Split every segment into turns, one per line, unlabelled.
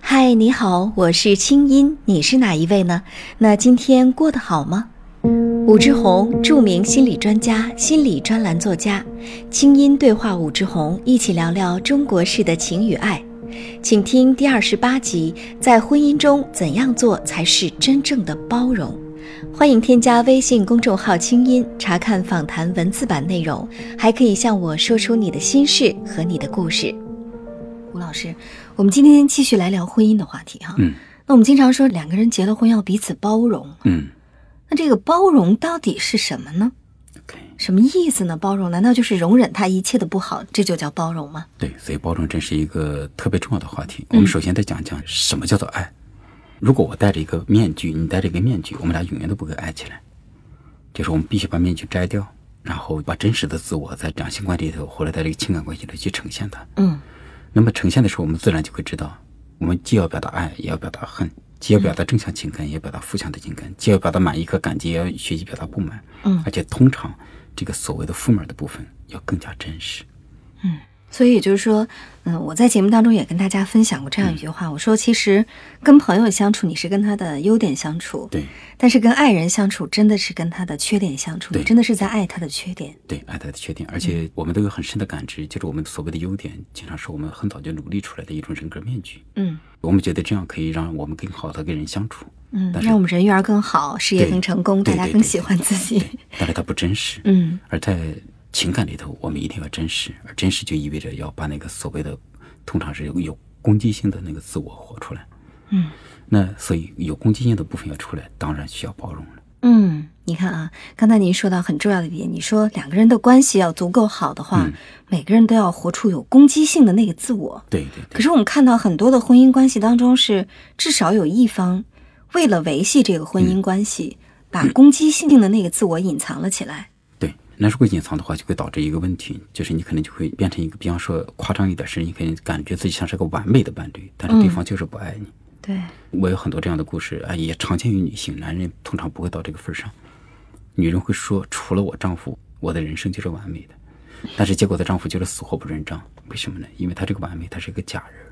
嗨，你好，我是清音，你是哪一位呢？那今天过得好吗？武志红，著名心理专家、心理专栏作家，清音对话武志红，一起聊聊中国式的情与爱，请听第二十八集：在婚姻中怎样做才是真正的包容？欢迎添加微信公众号“清音”查看访谈文字版内容，还可以向我说出你的心事和你的故事。吴老师，我们今天继续来聊婚姻的话题哈。
嗯
那我们经常说两个人结了婚要彼此包容，
嗯
那这个包容到底是什么呢？
，OK，
什么意思呢？包容难道就是容忍他一切的不好，这就叫包容吗？
对，所以包容真是一个特别重要的话题。我们首先得讲讲什么叫做爱。如果我戴着一个面具，你戴着一个面具，我们俩永远都不会爱起来。就是我们必须把面具摘掉，然后把真实的自我在两性关系里头，或者在这个情感关系里去呈现它。
嗯
那么呈现的时候，我们自然就会知道，我们既要表达爱，也要表达恨，既要表达正向情感，也要表达负向的情感，既要表达满意和感激，也要学习表达不满。
嗯
而且通常这个所谓的负面的部分要更加真实。
所以也就是说，嗯，我在节目当中也跟大家分享过这样一句话，我说其实跟朋友相处，你是跟他的优点相处，
对。
但是跟爱人相处，真的是跟他的缺点相处，
对
你真的是在爱他的缺点。
对爱他的缺点，而
嗯
且我们都有很深的感知，就是我们所谓的优点，经常是我们很早就努力出来的一种人格面具。
嗯
我们觉得这样可以让我们更好的跟人相处，
嗯，
但是
让我们人缘儿更好，事业
对
更成功，大
对
家
对
更
对
喜欢自己
对。，但是它不真实。
嗯
而在情感里头，我们一定要真实，而真实就意味着要把那个所谓的，通常是有有攻击性的那个自我活出来。
嗯。
那所以有攻击性的部分要出来，当然需要包容了。
嗯，你看啊，刚才您说到很重要的一点，你说两个人的关系要足够好的话，
嗯
每个人都要活出有攻击性的那个自我。
对对对
可是我们看到很多的婚姻关系当中是，至少有一方为了维系这个婚姻关
嗯
系，把攻击性的那个自我隐藏了起来。
对。那如果隐藏的话，就会导致一个问题，就是你可能就会变成一个，比方说夸张一点是，你可能感觉自己像是个完美的伴侣，但是对
嗯
方就是不爱你。
对，
我有很多这样的故事啊，也常见于女性，男人通常不会到这个份儿上。女人会说，除了我丈夫，我的人生就是完美的。但是结果她丈夫就是死活不认账，为什么呢？因为她这个完美，她是一个假人，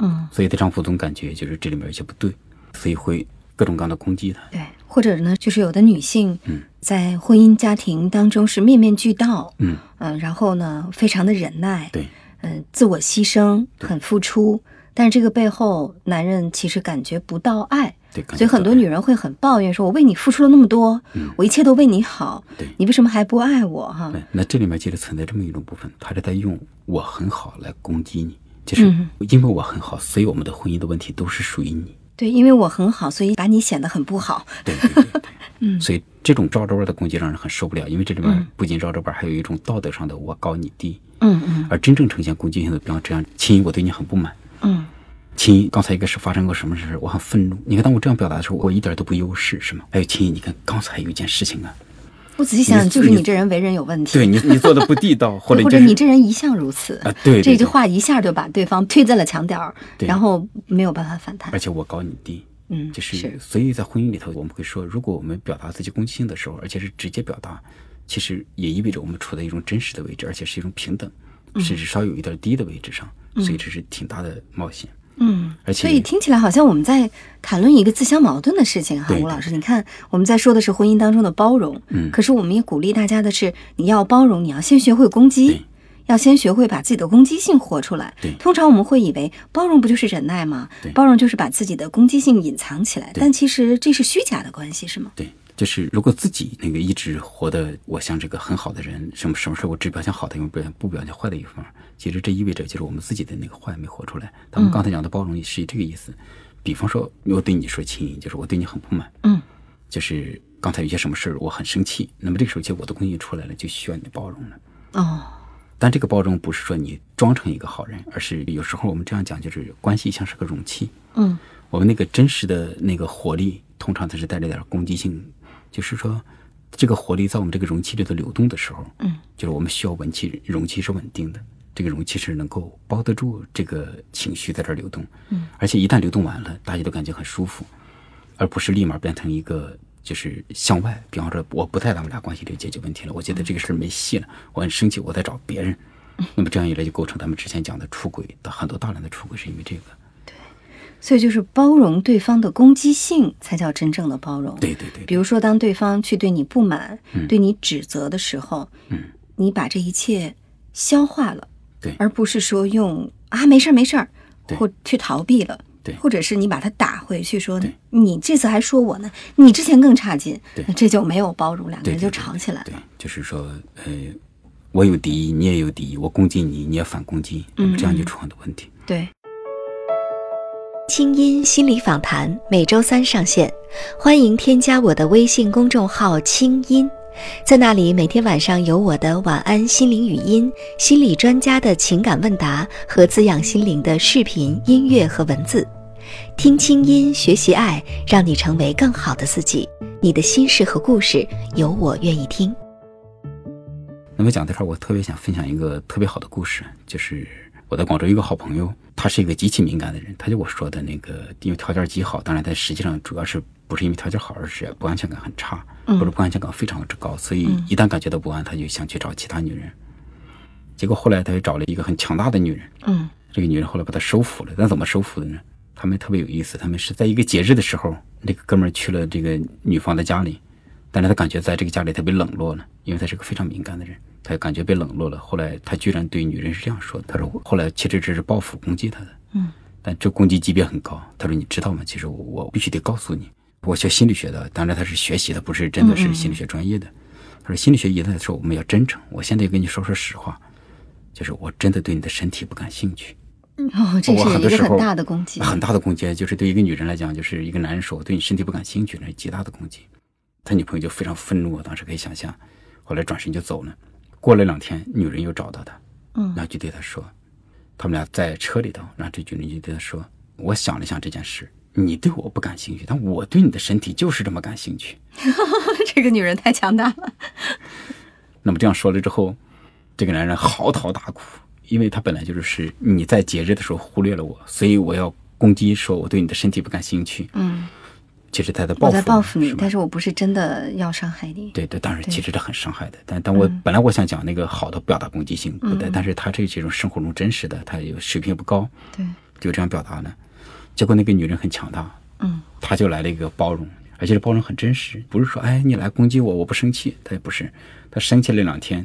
嗯，
所以她丈夫总感觉就是这里面有些不对，所以会各种各样的攻击她。
对，或者呢，就是有的女性
嗯
在婚姻家庭当中是面面俱到，
嗯，
嗯、然后呢，非常的忍耐，
对
嗯，自我牺牲，很付出，但是这个背后，男人其实感觉不到爱，
对，感觉
所以很多
到嗯
女人会很抱怨，说我为你付出了那么多，我一切都为你好
对，
你为什么还不爱我？哈，
对，哎那这里面其实存在这么一种部分，他是在用我很好来攻击你，就是
嗯
因为我很好，所以我们的婚姻的问题都是属于你。
对，因为我很好，所以把你显得很不好。
对对对对，嗯，所以这种绕着弯儿的攻击让人很受不了，因为这里面不仅绕着弯儿，还有一种道德上的我高你低，
嗯嗯
而真正呈现攻击性的，比方这样，亲，我对你很不满，
嗯，
亲，刚才一个是发生过什么事，我很愤怒，你看当我这样表达的时候，我一点都不优势，是吗？哎还有亲，你看刚才有一件事情啊，
我仔细想想，
你
就是
你
你这人为人有问题，
对你你做的不 地道，或者
对或
就
者
是
你这人一向如此
啊，对对
这句
对
话一下就把对方推在了墙角儿，
对
然后没有办法反弹
而。且我高你低，
嗯
就是
是
所以在婚姻里头，我们会说，如果我们表达自己攻击性的时候，而且是直接表达，其实也意味着我们处在一种真实的位置，而且是一种平等，
嗯
甚至稍有一点低的位置上，所以这是挺大的冒险。
嗯，
而且
所以听起来好像我们在谈论一个自相矛盾的事情哈，
对
吴老师，你看我们在说的是婚姻当中的包容，
嗯
可是我们也鼓励大家的是，你要包容，你要先学会攻击
对，
要先学会把自己的攻击性活出来。
对
通常我们会以为包容不就是忍耐吗
对？
包容就是把自己的攻击性隐藏起来，
对
但其实这是虚假的关系，是吗？
对，就是如果自己那个一直活的，我像这个很好的人，什么什么事我只表现好的一面，不表现不表现坏的一方，其实这意味着就是我们自己的那个坏没活出来。咱
嗯
们刚才讲的包容是这个意思。比方说，我对你说亲，就是我对你很不满，
嗯，
就是刚才有些什么事儿我很生气，那么这个时候其实我的攻击出来了，就需要你的包容了。
哦，
但这个包容不是说你装成一个好人，而是有时候我们这样讲，就是关系像是个容器，
嗯
我们那个真实的那个活力，通常它是带着点攻击性，就是说，这个活力在我们这个容器里头流动的时候，
嗯，
就是我们需要容器，容器是稳定的，这个容器是能够包得住这个情绪在这儿流动，嗯，而且一旦流动完了，大家都感觉很舒服，而不是立马变成一个就是向外，比方说我不在咱们俩关系里解决问题了，我觉得这个事儿没戏了，我很生气，我在找别人，那么这样一来就构成咱们之前讲的出轨的很多大量的出轨是因为这个，
所以就是包容对方的攻击性，才叫真正的包容。
对对对，
比如说，当对方去对你不满、对你指责的时候，
嗯，
你把这一切消化了，
对
而不是说用啊没事儿没事儿，
对
或去逃避了，
对
或者是你把他打回去说
对
你这次还说我呢，你之前更差劲
对，
那这就没有包容，两个
对
人
对
就
对
吵起来了
对。，就是说，呃，我有敌意，你也有敌意，我攻击你，你也反攻击，那么这样就出很多问题。
对，
清音心理访谈每周三上线，欢迎添加我的微信公众号“清音”，在那里每天晚上有我的晚安心灵语音、心理专家的情感问答和滋养心灵的视频、音乐和文字。听清音，学习爱，让你成为更好的自己。你的心事和故事，有我愿意听。
那么讲到这儿，我特别想分享一个特别好的故事，就是我在广州一个好朋友，他是一个极其敏感的人，他就我说的那个，因为条件极好，当然他实际上主要是不是因为条件好，而是不安全感很差，或者不安全感非常之高，所以一旦感觉到不安，他就想去找其他女人。结果后来他又找了一个很强大的女人，
嗯
这个女人后来把他收服了。但怎么收服的呢？他们特别有意思，他们是在一个节日的时候，那个哥们儿去了这个女方的家里，但是他感觉在这个家里他被冷落了，因为他是个非常敏感的人，他感觉被冷落了。后来他居然对女人是这样说的：“他说我后来其实这是报复攻击他的，
嗯，
但这攻击级别很高。”他说：“你知道吗？其实我我必须得告诉你，我学心理学的，当然他是学习的，不是真的是心理学专业的。他说：“心理学一旦说我们要真诚，我现在跟你说说实话，就是我真的对你的身体不感兴趣。”
哦，这
我
是
很
一个
多时候
很大的攻 击。
很大的攻击，就是对一个女人来讲，就是一个男人说我对你身体不感兴趣，那是极大的攻击。他女朋友就非常愤怒，我当时可以想象，后来转身就走了。过了两天，女人又找到他，
嗯
然后就对他说，他们俩在车里头，然后这女人就对他说，我想了想这件事，你对我不感兴趣，但我对你的身体就是这么感兴趣。
这个女人太强大了。
那么这样说了之后，这个男人嚎啕大哭，因为他本来就是你在节日的时候忽略了我，所以我要攻击说我对你的身体不感兴趣。
嗯，
其实他在报
我
复
在报复你，
是吧
但是我不是真的要伤害你。
对对，当然
对嗯
其实这很伤害的。但但我本来我想讲那个好的表达攻击性，不对，但是他这这种生活中真实的，他有水平也不高，
对，
就这样表达呢。结果那个女人很强大，
嗯，
她就来了一个包容，而且这包容很真实，不是说哎你来攻击我我不生气，她也不是，她生气了两天，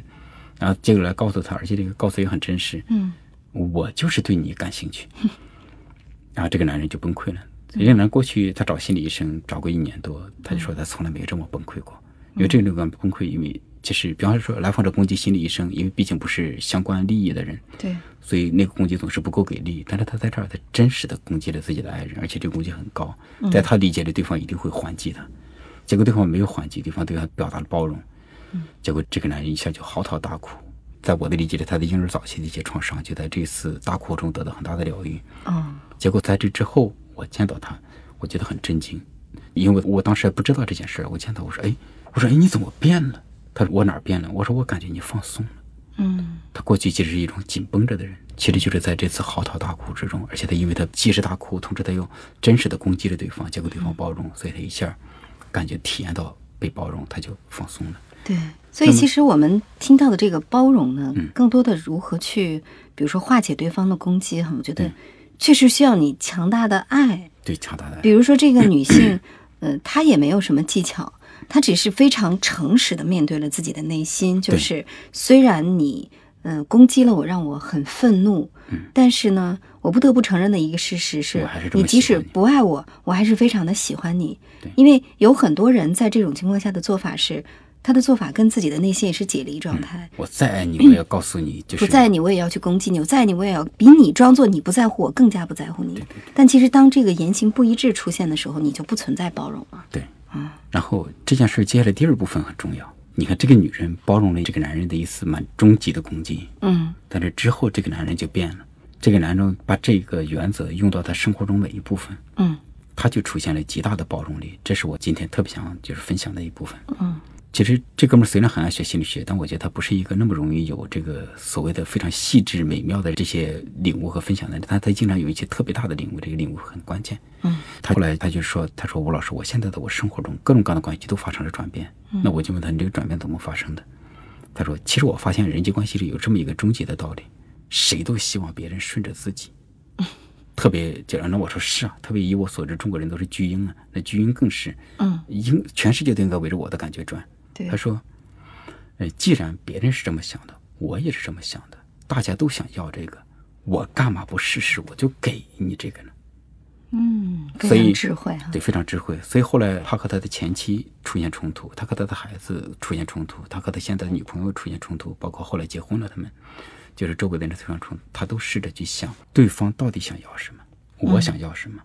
然后结果来告诉她，而且这个告诉也很真实，
嗯，
我就是对你感兴趣， 然后这个男人就崩溃了。这个男人过去他找心理医生找过一年多，他就说他从来没有这么崩溃过，因为这种崩溃，因为就是比方说来访者攻击心理医生，因为毕竟不是相关利益的人，
对，
所以那个攻击总是不够给力。但是他在这儿，他真实的攻击了自己的爱人，而且这个攻击很高，在他理解里，对方一定会还击他。结果对方没有还击，对方对他表达了包容，结果这个男人一下就嚎啕大哭。在我的理解里，他的婴儿早期的一些创伤就在这次大哭中得到很大的疗愈。
哦，
结果在这之后，我见到他，我觉得很震惊，因为我当时还不知道这件事儿。我见到我说：“哎，我说哎，你怎么变了？”他说：“我哪儿变了？”我说：“我感觉你放松了。”
嗯
他过去其实是一种紧绷着的人，其实就是在这次嚎啕大哭之中，而且他因为他既是大哭，同时他又真实的攻击了对方，结果对方包容，所以他一下感觉体验到被包容，他就放松了。
对，所以其实我们听到的这个包容呢，
嗯
更多的如何去，比如说化解对方的攻击哈，我觉得
嗯
确实需要你强大的爱。
对强大的爱
比，如说这个女性， 呃，她也没有什么技巧，她只是非常诚实的面对了自己的内心，就
对
是虽然你。呃，攻击了我，让我很愤怒。但是呢，我不得不承认的一个事实是
嗯我还是，这
你
么
即
喜
使
欢你
不爱我，我还是非常的喜欢你
对。
因为有很多人在这种情况下的做法是，他的做法跟自己的内心也是解离状态。
我再爱你，我也告诉你，就是
不在你，我也要去攻击你；我在你，我也要比你装作你不在乎我更加不在乎你。但其实，当这个言行不一致出现的时候，你就不存在包容了。
对，然后这件事接下来第二部分很重要。你看，这个女人包容了这个男人的一次蛮终极的攻击，
嗯
但是之后这个男人就变了，这个男人把这个原则用到他生活中每一部分，
嗯
他就出现了极大的包容力，这是我今天特别想就是分享的一部分。
嗯，
其实这哥们儿虽然很爱学心理学，但我觉得他不是一个那么容易有这个所谓的非常细致美妙的这些领悟和分享的人，但他经常有一些特别大的领悟，这个领悟很关键。
嗯，
他后来他就说，他说吴老师，我现在的我生活中各种各样的关系都发生了转变，
嗯
那我就问他，你这个转变怎么发生的？他说，其实我发现人际关系里有这么一个终极的道理，谁都希望别人顺着自己。特别就让我说是啊，特别以我所知，中国人都是巨婴啊，那巨婴更是，
嗯，
应全世界都应该围着我的感觉转。
对
他说，呃，既然别人是这么想的，我也是这么想的，大家都想要这个，我干嘛不试试，我就给你这个呢？
嗯，非
所以
常智慧啊，
对，非常智慧。所以后来他和他的前妻出现冲突，他和他的孩子出现冲突，他和他现在的女朋友出现冲突，包括后来结婚了，他们就是周围的人出现冲突，他都试着去想对方到底想要什么，我想要什么，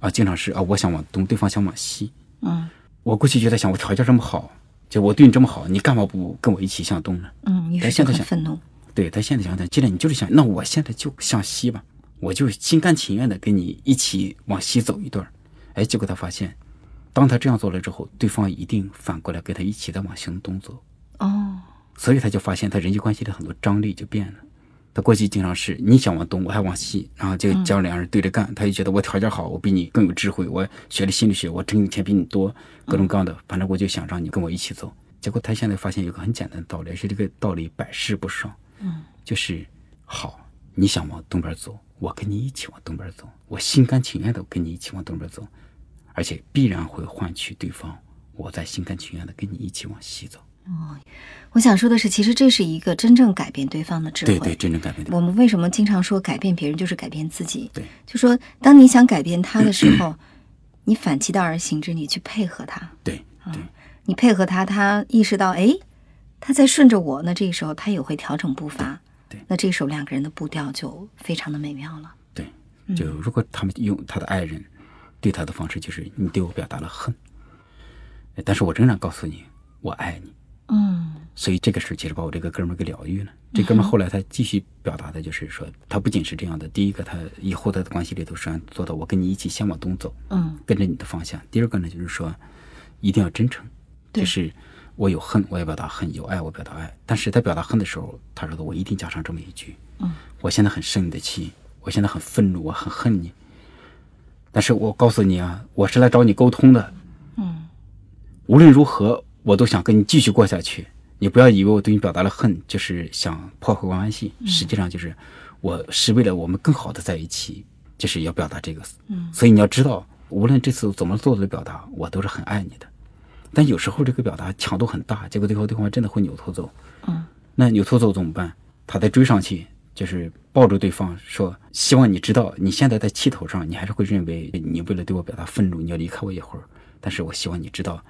啊，经常是啊，我想往东，对方想往西。
嗯
我过去就在想，我条件这么好，就我对你这么好，你干嘛不跟我一起向东呢？
嗯，于
但
是
现在
很
想
愤怒，
对他现在想想，既然你就是想，那我现在就向西吧，我就心甘情愿的跟你一起往西走一段儿。哎，结果他发现，当他这样做了之后，对方一定反过来跟他一起再往向东走，
哦，
所以他就发现他人际关系的很多张力就变了。他过去经常是你想往东，我还往西，然后就这样两人对着干，他就觉得我条件好，我比你更有智慧，我学了心理学，我挣的钱比你多，各种各样的，
嗯
反正我就想让你跟我一起走。结果他现在发现有个很简单的道理，而且这个道理百试不爽，
嗯
就是好，你想往东边走，我跟你一起往东边走，我心甘情愿的跟你一起往东边走，而且必然会换取对方，我再心甘情愿的跟你一起往西走。
我想说的是，其实这是一个真正改变对方的智慧。
对对，真正改变的。
我们为什么经常说改变别人就是改变自己？
对，
就说当你想改变他的时候，你反其道而行之，你去配合他，
对对
你配合他，他意识到，哎，他在顺着我，那这个时候他也会调整步伐，
对对
那这时候两个人的步调就非常的美妙了。
对，就如果他们用他的爱人对他的方式，就是你对我表达了恨，呃但是我仍然告诉你我爱你。
嗯
所以这个事儿其实把我这个哥们儿给疗愈了。这哥们儿后来他继续表达的就是说，他不仅是这样的，第一个他以后他的关系里头实际上做到我跟你一起先往东走，
嗯
跟着你的方向。第二个呢，就是说一定要真诚，
对
就是我有恨我也表达恨，有爱我表达爱。但是在表达恨的时候，他说的我一定加上这么一句：
嗯，
我现在很生你的气，我现在很愤怒，我很恨你。但是我告诉你啊，我是来找你沟通的。
嗯，
无论如何，我都想跟你继续过下去。你不要以为我对你表达了恨，就是想破坏关系，实际上就是我是为了我们更好的在一起，就是要表达这个。
嗯，
所以你要知道，无论这次怎么做的表达，我都是很爱你的。但有时候这个表达强度很大，结果最后对方真的会扭头走。
嗯，
那扭头走怎么办？他再追上去，就是抱住对方说：“希望你知道，你现在在气头上，你还是会认为你为了对我表达愤怒，你要离开我一会儿。但是我希望你知道，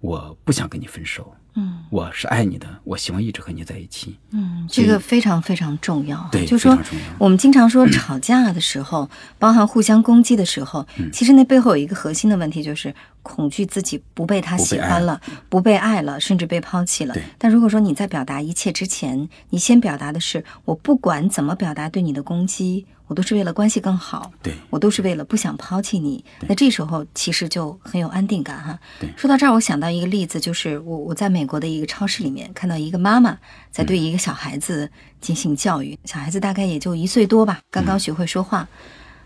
我不想跟你分手，
嗯
我是爱你的，我希望一直和你在一起。
嗯，这
所以
个非常非常重要啊。
对
就
非
说
常重要
我们经常说吵架的时候，包含互相攻击的时候，其实那背后有一个核心的问题，就是恐惧自己不被他
不被
喜
爱
欢了，不被爱了，甚至被抛弃了
对。
但如果说你在表达一切之前，你先表达的是我不管怎么表达对你的攻击，我都是为了关系更好。
对，
我都是为了不想抛弃你。那这时候其实就很有安定感哈
对。
说到这儿，我想到一个例子，就是我我在美国的一个超市里面看到一个妈妈在对一个小孩子进行教育，小孩子大概也就一岁
嗯
多吧，刚刚学会说话，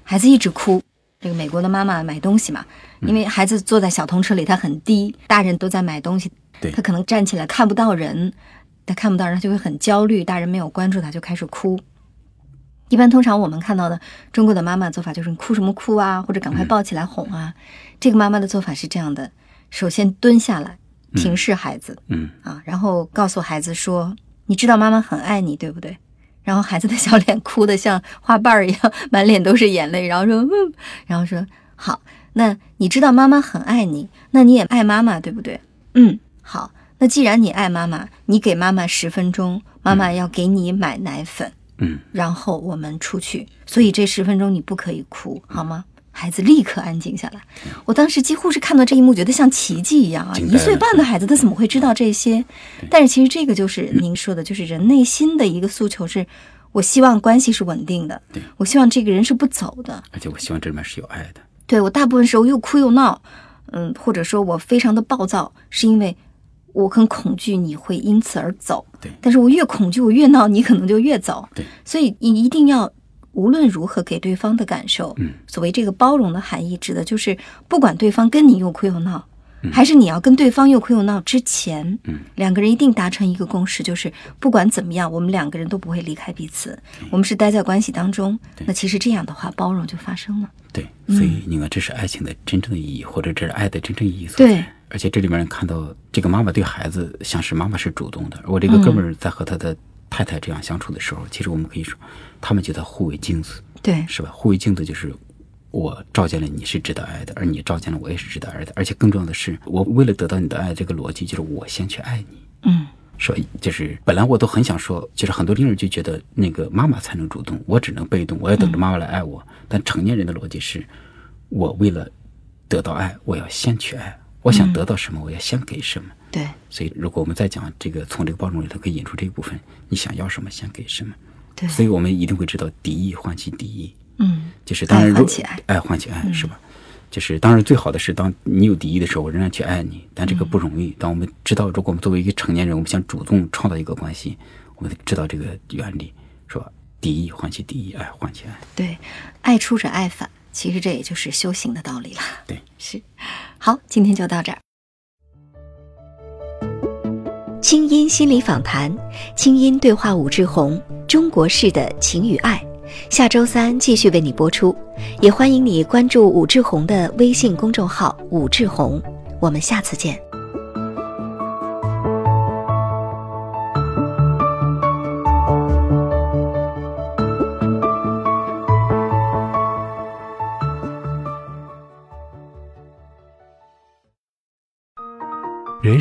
孩子一直哭。这个美国的妈妈买东西嘛，
嗯
因为孩子坐在小童车里，他很低，大人都在买东西
对，
他可能站起来看不到人，他看不到人，他就会很焦虑，大人没有关注他，就开始哭。一般通常我们看到的中国的妈妈做法就是你哭什么哭啊，或者赶快抱起来哄啊。这个妈妈的做法是这样的：首先蹲下来，平视孩子、
嗯，
啊，然后告诉孩子说：“你知道妈妈很爱你，对不对？”然后孩子的小脸哭得像花瓣儿一样，满脸都是眼泪，然后说：“嗯。”然后说：“好，那你知道妈妈很爱你，那你也爱妈妈，对不对？”嗯，好。那既然你爱妈妈，你给妈妈十分钟，妈妈要给你买奶粉。
嗯，
然后我们出去。所以这十分钟你不可以哭，好吗？孩子立刻安静下来。我当时几乎是看到这一幕，觉得像奇迹一样啊！
惊呆了
一岁半的孩子他怎么会知道这些？但是其实这个就是您说的，就是人内心的一个诉求是：我希望关系是稳定的
对，
我希望这个人是不走的。
而且我希望这里面是有爱的。
对我大部分时候又哭又闹，嗯，或者说我非常的暴躁，是因为我很恐惧你会因此而走。
对
但是我越恐惧，我越闹，你可能就越走。
对，
所以你一定要无论如何给对方的感受。
嗯，
所谓这个包容的含义，指的就是不管对方跟你又哭又闹，还是你要跟对方又哭又闹之前，
嗯
两个人一定达成一个共识，就是不管怎么样，我们两个人都不会离开彼此，我们是待在关系当中。
嗯对
那其实这样的话，包容就发生了。
对，所以你看，这是爱情的真正的意义，或者这是爱的真正意义所
对
在。而且这里面看到，这个妈妈对孩子像是妈妈是主动的，我这个哥们儿在和他的太太这样相处的时候，其实我们可以说，他们就在互为镜子，
对，
是吧？互为镜子就是我照见了你是值得爱的，而你照见了我也是值得爱的。而且更重要的是，我为了得到你的爱，这个逻辑就是我先去爱你。
嗯，
说就是本来我都很想说，就是很多婴儿就觉得那个妈妈才能主动，我只能被动，我要等着妈妈来爱我。但成年人的逻辑是，我为了得到爱，我要先去爱，我想得到什么，我要先给什么。
对，
所以，如果我们再讲这个，从这个包容里头可以引出这一部分，你想要什么，先给什么。
对
所以我们一定会知道敌意唤起敌意，
嗯，
就是当然
爱
如
唤起爱嗯
爱唤起爱是吧？就是当然最好的是，当你有敌意的时候，我仍然去爱你，但这个
嗯
不容易。当我们知道，如果我们作为一个成年人，我们想主动创造一个关系，我们知道这个原理，是吧？敌意唤起敌意，爱哎唤起爱。
对，爱出者爱返，其实这也就是修行的道理了。
对，
是。好，今天就到这儿。
清音心理访谈，清音对话武志红，中国式的情与爱，下周三继续为你播出，也欢迎你关注武志红的微信公众号“武志红”，我们下次见。
人